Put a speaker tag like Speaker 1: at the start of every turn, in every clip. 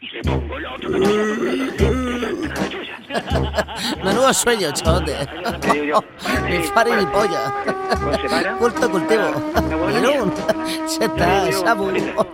Speaker 1: y le pongo la otra cachucha.
Speaker 2: Menudo sueño, chote.
Speaker 1: Te digo yo,
Speaker 2: Ni fare ni polla.
Speaker 1: Pues se para.
Speaker 2: Culto cultivo.
Speaker 1: Una buena
Speaker 2: Mirón. Se
Speaker 1: Yo le
Speaker 2: está,
Speaker 1: digo,
Speaker 2: sabu.
Speaker 1: mira,
Speaker 2: Hostia.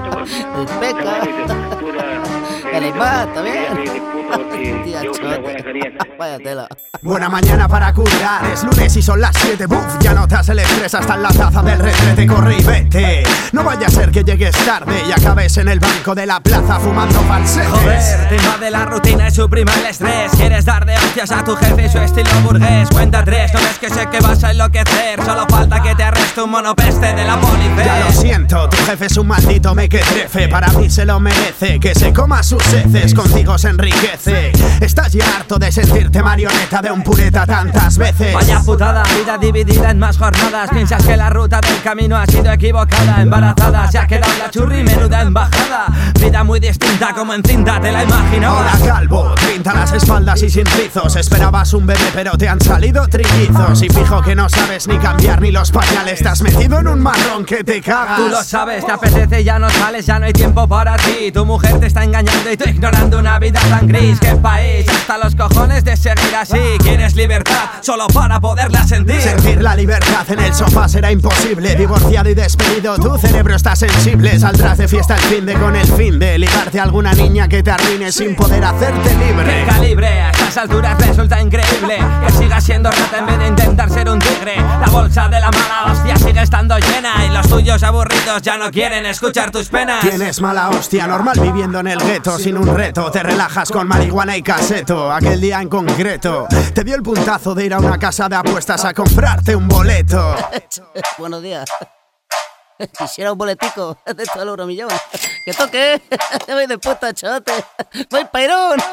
Speaker 1: mira,
Speaker 2: El peca. Calimán, también. Hostia, chote. Vaya tela.
Speaker 3: Buena mañana para curar, es lunes y son las 7 Buf, ya notas el estrés hasta en la taza del retrete Corre y vete, no vaya a ser que llegues tarde Y acabes en el banco de la plaza fumando falsetes
Speaker 4: Joder, te invade la rutina y suprime el estrés Quieres dar de hostias a tu jefe y su estilo burgués Cuenta tres, no ves que sé que vas a enloquecer Solo falta que te arreste un monopeste de la
Speaker 3: Ya
Speaker 4: policía
Speaker 3: lo siento, tu jefe es un maldito mequetrefe Para mí se lo merece, que se coma sus heces Contigo se enriquece Estás ya harto de sentirte marioneta de un pureta tantas veces
Speaker 4: Vaya putada, vida dividida en más jornadas Piensas que la ruta del camino ha sido equivocada Embarazada, se ha quedado la churri, menuda embajada Vida muy distinta como en cinta te la
Speaker 3: Ahora
Speaker 4: imaginabas
Speaker 3: calvo, trinta las espaldas y sin rizos Esperabas un bebé pero te han salido trillizos Y fijo que no sabes ni cambiar ni los pañales Te has metido en un marrón que te cagas
Speaker 4: Tú lo sabes, te apetece, ya no sales, ya no hay tiempo para ti. Tu mujer te está engañando y tú ignorando una vida tan gris. ¡Qué país! Hasta los cojones de seguir así. Quieres libertad solo para poderla sentir.
Speaker 3: Sentir la libertad en el sofá será imposible Divorciado y despedido, tu cerebro está sensible Saldrás de fiesta el fin de con el fin de Ligarte a alguna niña que te arruine sin poder hacerte
Speaker 4: ¡Qué
Speaker 3: libre
Speaker 4: calibre! A estas alturas resulta increíble que sigas siendo rata en vez de intentar ser un tigre. La bolsa de la mala hostia sigue estando llena y los tuyos aburridos ya no quieren escuchar tus penas.
Speaker 3: Tienes mala hostia, normal viviendo en el gueto sin un reto. Te relajas con marihuana y caseto, aquel día en concreto. Te dio el puntazo de ir a una casa de apuestas a comprarte un boleto.
Speaker 2: Buenos días. Quisiera un boletico de todo el euromillón. Que toque. Te voy de puta, chote. Voy pairón.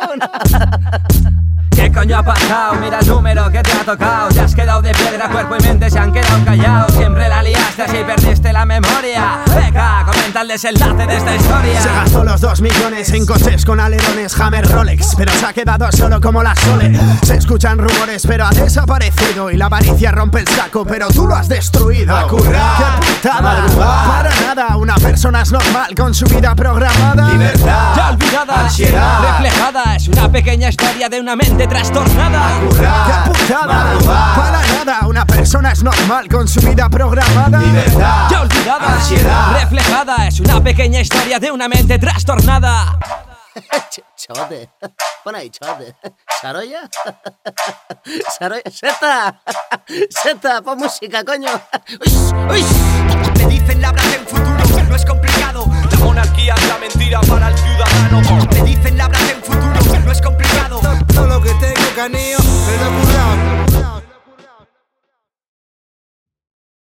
Speaker 4: ¿Qué coño ha pasado? Mira el número que te ha tocado. Te has quedado de piedra, cuerpo y mente se han quedado callados. Siempre la liaste así perdiste la memoria. Venga, comenta el desenlace de esta historia.
Speaker 3: Se gastó los dos millones en coches con alerones Hammer Rolex, pero se ha quedado solo como la Sole. Se escuchan rumores, pero ha desaparecido. Y la avaricia rompe el saco, pero tú lo has destruido. ¡A
Speaker 5: currar,
Speaker 3: ¡Qué putada!
Speaker 5: a madrugar.
Speaker 3: Para nada, una persona es normal con su vida programada.
Speaker 5: Libertad,
Speaker 4: Ya olvidada,
Speaker 5: ansiedad,
Speaker 4: reflejada, es una pequeña historia de una mente trastornada.
Speaker 3: ¡Qué
Speaker 5: currar,
Speaker 3: putada!
Speaker 5: madrugar.
Speaker 3: Para nada, una persona es normal con su vida programada.
Speaker 5: libertad,
Speaker 4: Ya olvidada,
Speaker 5: ansiedad,
Speaker 4: reflejada, es una pequeña historia de una mente trastornada.
Speaker 2: Ch- Chote. Pon ahí, chote. ¿Saroya? ¿Saroya? ¡Seta! ¡Seta! ¡Pon música, coño! ¡Uy! ¡Uy!
Speaker 6: Me dicen labras de un futuro, no es complicado. La monarquía es la mentira para el ciudadano. Me dicen labras de un futuro, no es complicado.
Speaker 7: Todo lo que tengo caneo